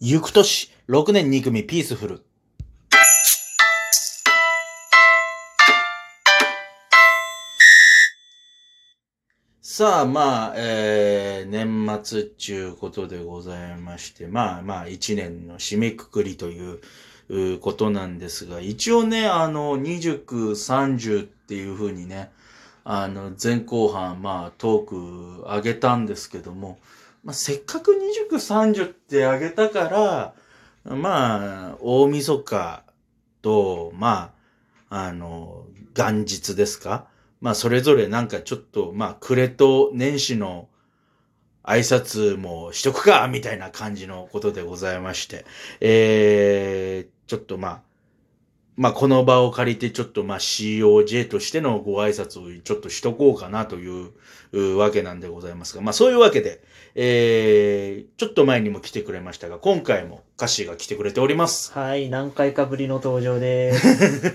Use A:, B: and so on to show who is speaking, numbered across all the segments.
A: ゆく年、6年2組ピースフル。さあ、まあ、えー、年末っちゅうことでございまして、まあまあ、一年の締めくくりといううーことなんですが、一応ね、あの、20区、30っていうふうにね、あの、前後半、まあ、トーク上げたんですけども、まあ、せっかく20区30ってあげたから、まあ、大晦日と、まあ、あの、元日ですかまあ、それぞれなんかちょっと、まあ、暮れと年始の挨拶もしとくか、みたいな感じのことでございまして。えー、ちょっとまあ、まあ、この場を借りて、ちょっとまあ、COJ としてのご挨拶をちょっとしとこうかなといううわけなんでございますが、まあ、そういうわけで、えー、ちょっと前にも来てくれましたが、今回も歌詞が来てくれております。
B: はい、何回かぶりの登場 です。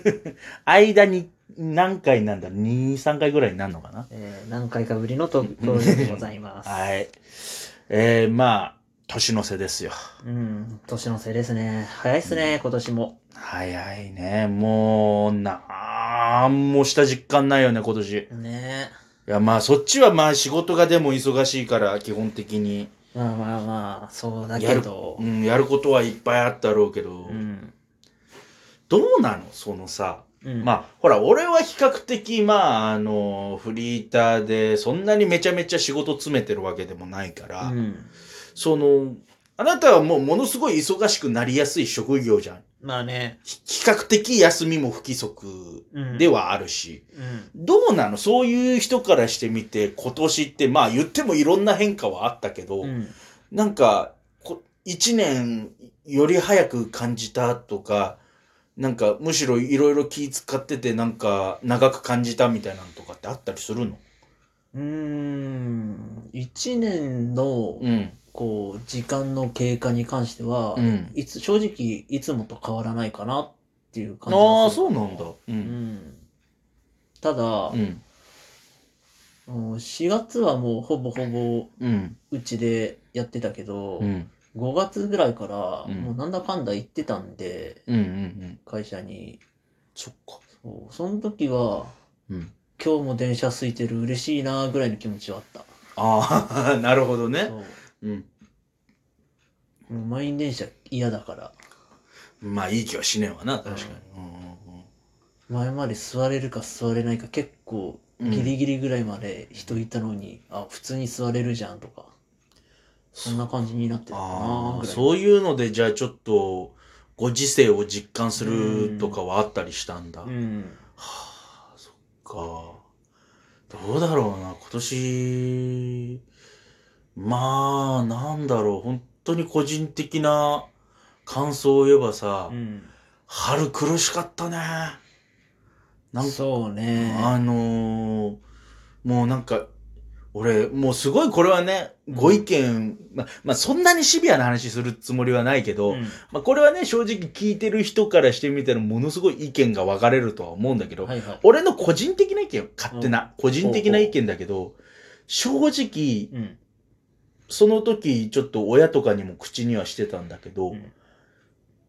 A: 間に何回なんだ ?2、3回ぐらいになるのかな
B: えー何回かぶりのと登場でございま す。
A: はい。えー、まあ、年の瀬ですよ。
B: うん、年のせいですね。早いっすね、今年も。
A: 早いね。もう、なんもした実感ないよね、今年。い
B: ね
A: や、まあ、そっちはまあ、仕事がでも忙しいから、基本的に。
B: え。まあまあまあ、そうだ
A: や
B: け
A: る
B: ど
A: う。ん、やることはいっぱいあったろうけど、
B: うん。
A: どうなのそのさ、
B: うん。
A: まあ、ほら、俺は比較的、まあ、あの、フリーターで、そんなにめちゃめちゃ仕事詰めてるわけでもないから、
B: うん。
A: その、あなたはもうものすごい忙しくなりやすい職業じゃん。
B: まあね。
A: ひ比較的休みも不規則
B: うん。
A: ではあるし。
B: うん。
A: どうなのそういう人からしてみて、今年って、まあ言ってもいろんな変化はあったけど、
B: うん。
A: なんか、こ一年より早く感じたとか、なんかむしろいろいろ気使っててなんか長く感じたみたいなのとかってあったりするの
B: うーん。一年の、
A: ん。
B: こう、時間の経過に関しては、
A: うん。
B: いつ、正直、いつもと変わらないかなっていう
A: ああ
B: 感じ
A: ー、
B: がす
A: そう
B: る
A: なんだ。う。
B: うんん。ただ、
A: うん。
B: もう4月はもうほぼほぼ
A: うん。
B: うちでやってたけど、
A: うん。
B: 5月ぐらいから
A: うん
B: もうなんだかんだ行ってたんで、
A: うん。うん。
B: 会社に。
A: そっか。
B: そうその時は、
A: うん。
B: 今日も電車空いてる嬉しいなぐらいの気持ちはあった。
A: あ あ、なるほどね。
B: そう
A: うん。
B: もう満員電車嫌だから、
A: まあいい気はしねえわな、確かに。うん
B: 前まで座れるか座れないか結構
A: うんうん
B: ギリギリぐらいまで人いたのに、あ、普通に座れるじゃんとか、そんな感じになってたか
A: あ
B: な
A: あ、
B: ぐらい。
A: そういうので、じゃあちょっと、ご時世を実感するとかはあったりしたんだ。
B: うん。
A: はあ、そっか。どうだろうな、今年、まあ、なんだろう、本当に個人的な感想を言えばさ、
B: うん。
A: 春苦しかったね。なんか、
B: そうね。
A: あのーもうなんか、俺、もうすごいこれはね、ご意見、ま、まあ、そんなにシビアな話するつもりはないけど、
B: うん
A: まあ、これはね、正直聞いてる人からしてみたら、ものすごい意見が分かれるとは思うんだけど、
B: はいはい。
A: 俺の個人的な意見よ、勝手な、個人的な意見だけど、正直、
B: うん。
A: その時、ちょっと親とかにも口にはしてたんだけど、
B: うん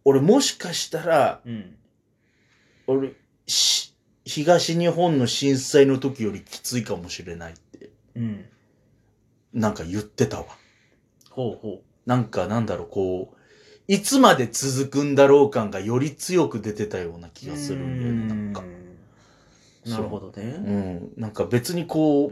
A: 俺もしかしたら、
B: うん。
A: 俺、し、東日本の震災の時よりきついかもしれないって、
B: うん。
A: なんか言ってたわ。
B: ほうほ
A: なんかなんだろう、こう、いつまで続くんだろう感がより強く出てたような
B: う。
A: 気がするんだよね、なんか。。
B: なるほど
A: う
B: ね。
A: ん、なんか別にこ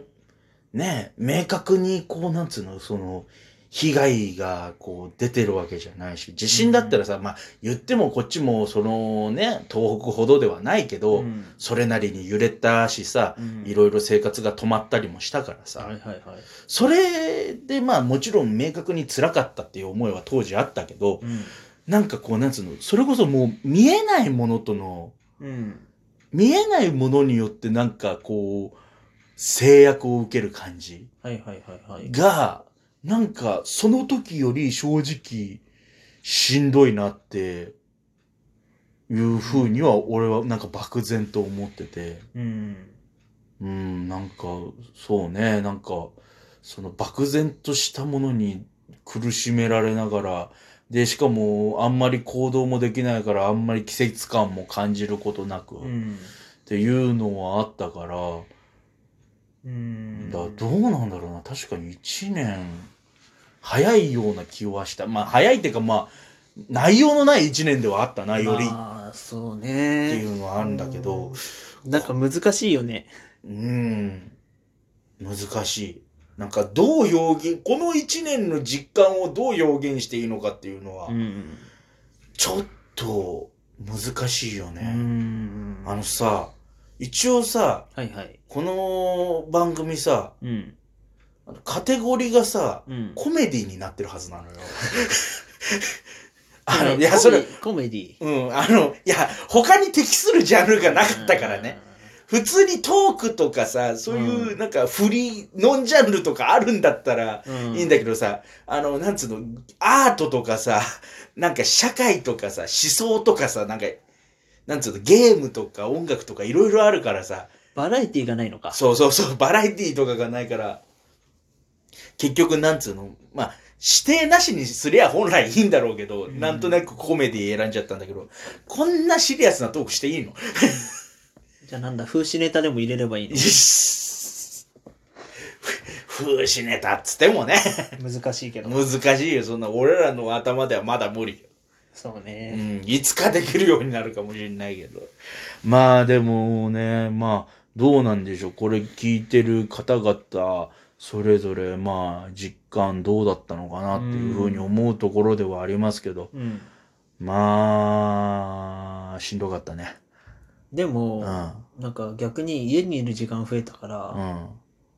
A: う、ねえ、明確にこう、なんつうの、その、被害がこう出てるわけじゃないし、地震だったらさ、まあ言ってもこっちもそのね、東北ほどではないけど、
B: うん
A: それなりに揺れたしさ、
B: うん
A: いろいろ生活が止まったりもしたからさ、
B: はいはいはい。
A: それでまあもちろん明確に辛かったっていう思いは当時あったけど、
B: うん。
A: なんかこうなんつうの、それこそもう見えないものとの
B: うん。
A: 見えないものによってなんかこう、制約を受ける感じ
B: はいはいはいはい。
A: が、なんかその時より正直しんどいなっていう風には俺はなんか漠然と思ってて、
B: うん。
A: うん、なんかそうね、なんかその漠然としたものに苦しめられながら、で、しかも、あんまり行動もできないから、あんまり季節感も感じることなく、
B: う
A: っ
B: ん。
A: ていうのはあったから、
B: うん。
A: だどうなんだろうな確かに1年早いような気はしたまあ早いっていうかまあ内容のない1年ではあったなよりっ
B: まあ、そう
A: て
B: ね。
A: いうのはあるんだけど
B: うん。なんか難しいよね。
A: うん難しいなんかどう表現この1年の実感をどう表現していいのかっていうのは
B: ん。
A: ちょっと難しいよ
B: う
A: ね、
B: ん。
A: あのさ一応さ
B: はいはい。
A: この番組さ
B: うん。
A: カテゴリーがさ
B: うん。
A: コメディになってるはずなのよ。 あ
B: あ
A: の、
B: の
A: いや、それ、。
B: コメディ。
A: うん、あの、いや、他に適するジャンルがなかったからね。普通にトークとかさ、そういうう、
B: ん
A: なんか、フリー、ノンジャンルとかあるんだったら、
B: うん。
A: いいんだけどさ、あの、なんつうの、アートとかさ、 なんか社会とかさ、思想とかさ、なんか、なんつうの、ゲームとか音楽とかいろいろあるからさ、
B: バラエティがないのか。
A: そうそうそう、バラエティーとかがないから、結局なんつうの、まあ、指定なしにすりゃ 本来いいんだろうけど、
B: うん
A: なんとなくコメディ選んじゃったんだけど、こんなシリアスなトークしていいの
B: じゃあなんだ、風刺ネタでも入れればいいね。
A: 風刺ネタっつってもね、
B: 難しいけど。
A: 難しいよ、そんな俺らの頭ではまだ無理よ。
B: そう
A: う
B: ね。
A: ん、いつかできるようになるかもしれないけど。まあでもね、まあどうなんでしょう。これ聞いてる方々、それぞれまあ実感どうだったのかなっていうふうに思うところではありますけど、
B: うん。
A: まあ、しんどかったね。
B: で
A: うん。
B: も、
A: うん。
B: なんか逆に家にいる時間増えたから、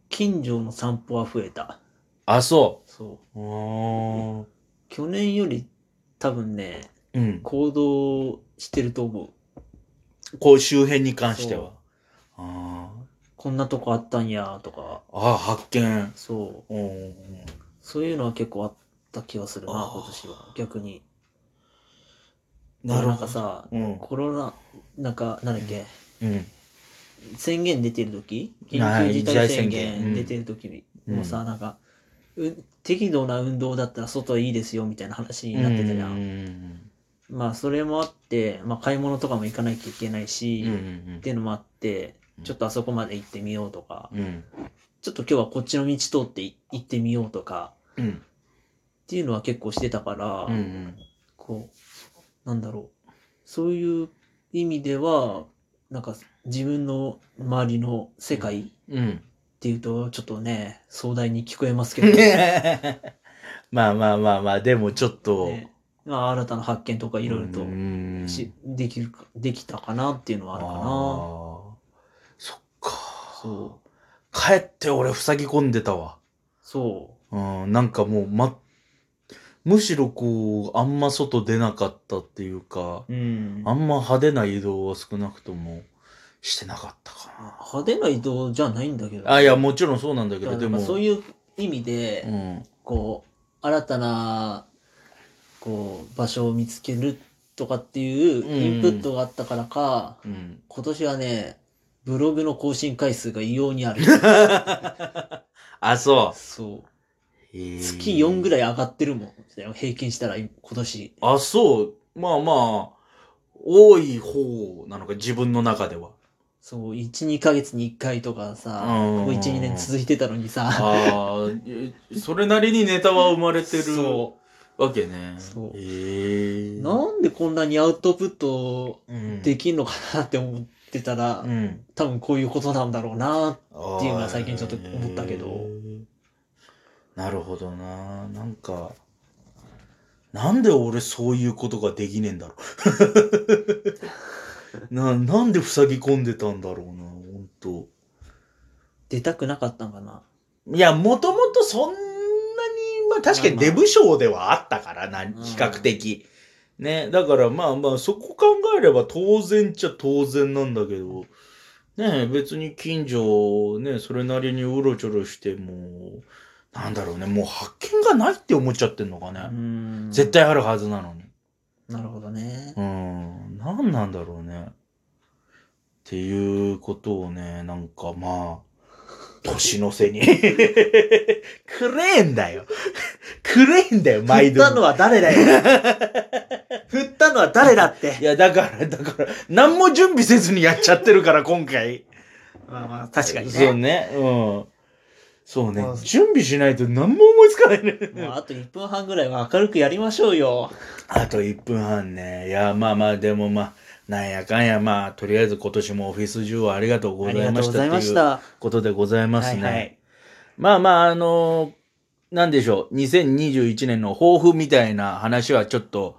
B: 近所の散歩は増えた。
A: あ、そ。
B: そう
A: う
B: う。去年より多分ね、
A: ん。
B: 行動してると思う。
A: こう周辺に関しては。あ
B: こんなとこあったんやとか、
A: ーあ、発見。
B: そう。
A: うん。
B: そういうのは結構あった気がするな、
A: あー
B: 今年は。逆に。
A: なる
B: なん
A: ほ
B: か
A: ど。
B: さ、
A: うん。
B: コロナ、なんか、なんだっけ、
A: うん。
B: 宣言出てる時
A: あー
B: 緊急事
A: 事
B: 態宣
A: 態宣言うん
B: 言出てる時にもさ、
A: う
B: なんか、う適度な運動だったら外はいいですよみたいな話になってたじゃ
A: うん
B: ん。
A: うん
B: まあ、それもあって、まあ、買い物とかも行かなきゃいけないし、
A: うんうんうん
B: っていうのもあって、ちょっとあそこまで行ってみようとか、
A: うん
B: ちょっと今日はこっちの道通ってい行ってみようとか、
A: うん
B: っていうのは結構してたから、
A: うんうん
B: こう、なんだろう。そういう意味では、なんか自分の周りの世界っ
A: うん
B: ていうと、ちょっとね、壮大に聞こえますけど、ね
A: ねまあまあまあまあでもちょっと
B: まあ、新たな発見とかいろいろと
A: うん
B: し、できるか、できたかなっていうのはあるか
A: あ
B: な。
A: ーそっか
B: そ
A: 帰って俺塞ぎ込んでたわ
B: う。そ
A: うんなんかもうまむしろこうあんま外出なかったっていうか
B: う。うん。
A: あんま派手な移動は少なくともしてなかったか
B: 派手な移動じゃないんだけど。
A: なあいやもちろんそうなんだけ
B: だか
A: ど
B: ら
A: で
B: な
A: も
B: んかそういう意味で、
A: うん
B: こう新たなこう場所を見つけるとかってい
A: う
B: う
A: ん
B: インプットがあったからか、
A: うん
B: 今年はねブログの更新回数が異様にある
A: あ そ
B: そうう月4ぐ
A: らい
B: らい上がってるもん平均したら今年
A: あ、そう。まあまあ、多い方なのか、自分の中では。
B: そう12ヶ月に1回とかさ
A: うん
B: ここ12年続いてたのにさ
A: ああ、えそれなりにネタは生まれてる
B: そ
A: わけね。
B: そう
A: へえ
B: なんでこんなにアウトプット
A: うん
B: できんのかなって思ってたら、
A: うん。
B: 多分こういうことなんだろうなっ
A: って
B: いうのは最近ちょっと思ったけど。
A: なるほどな。なんか、なんで俺そういうことができねえんだろう。 な、なんで塞ぎ込んでたんだろうな、ほんと。
B: 出たくなかったんかない
A: や、もともとそんなに、まあ確かにデブ症ではあったからな、
B: まあ
A: 比較的。ね、だからまあまあそこ考えれば当然っちゃ当然なんだけど、ね、別に近所をね、それなりにうろちょろしても、なんだろうね、もう発見がないって思っちゃってんのかね。
B: ん
A: 絶対あるはずなのに。
B: なるほどね
A: う。ん、なんなんだろうね。っていうことをね、なんかまあ、年の瀬に。 くれえんだよ。 くれえんだよ、
B: 振
A: 毎
B: ったの
A: 度。
B: は誰だ よ。振ったのは誰だって
A: い。や、だから、だから、何も準備せずにやっちゃってるから、今回。
B: まあまあ、確かに
A: そうね。
B: ね。
A: うん。そうね
B: まあ。
A: 準備しないと何も思いつかないね。
B: もうあと1分半ぐらいは明るくやりましょうよ。
A: あと1分半ね。いや、まあまあ、でもまあ、なんやかんや、まあ、とりあえず今年もオフィス中はありがとうご
B: あ
A: ざ
B: り
A: いま
B: がとう
A: し
B: ご
A: た
B: ざい
A: と
B: ま
A: い
B: し
A: う
B: た。
A: ことでございますね。
B: はいはい
A: まあまあ、あのーなんでしょう。2021年の抱負みたいな話はちょっと、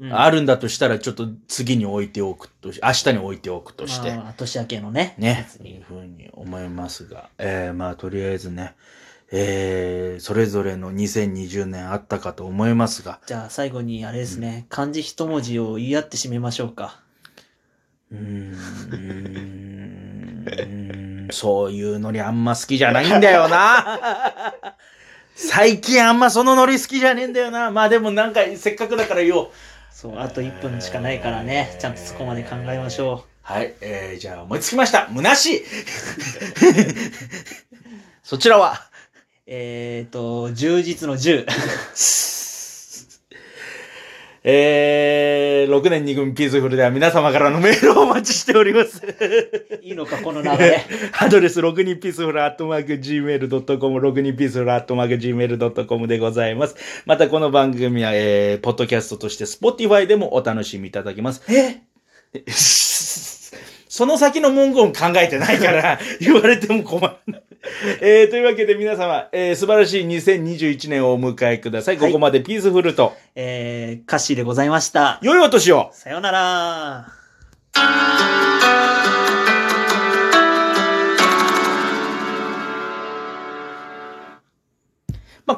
B: うん
A: あるんだとしたら、ちょっと次に置いておくとし、明日に置いておくとして。
B: まあ、年明けのね。
A: ね、
B: やつ
A: いう
B: に
A: ふうに思いますが、えー、まあとりあえずね、えー、それぞれの2020年あったかと思いますが、
B: じゃあ最後にあれですね、漢字一文字を言い合って締めましょうか。
A: うーんうーん、そういうノリあんま好きじゃないんだよな。最近あんまそのノリ好きじゃねえんだよな。まあでもなんかせっかくだから言おう。
B: そう、あと1分しかないからね、ちゃんとそこまで考えましょ
A: はい、えー、じゃあ思いつきました。虚しいそちらは
B: う。えーと、充実の10。
A: えー、6年2組ピースフルでは皆様からのメールをお待ちしております。
B: いいのか、この流れ。
A: アドレス62ピースフルアットマーク Gmail.com、62ピースフルアットマーク Gmail.com でございます。またこの番組は、えー、ポッドキャストとして Spotify でもお楽しみいただけます。
B: え
A: その先の文言考えてないから、 言われても困る。えー、というわけで皆様、えー、素晴らしい2021年をお迎えください。
B: はい
A: ここまでピースフルと、
B: えー、歌詞でございました。
A: 良いお年を
B: さようなら。
C: 「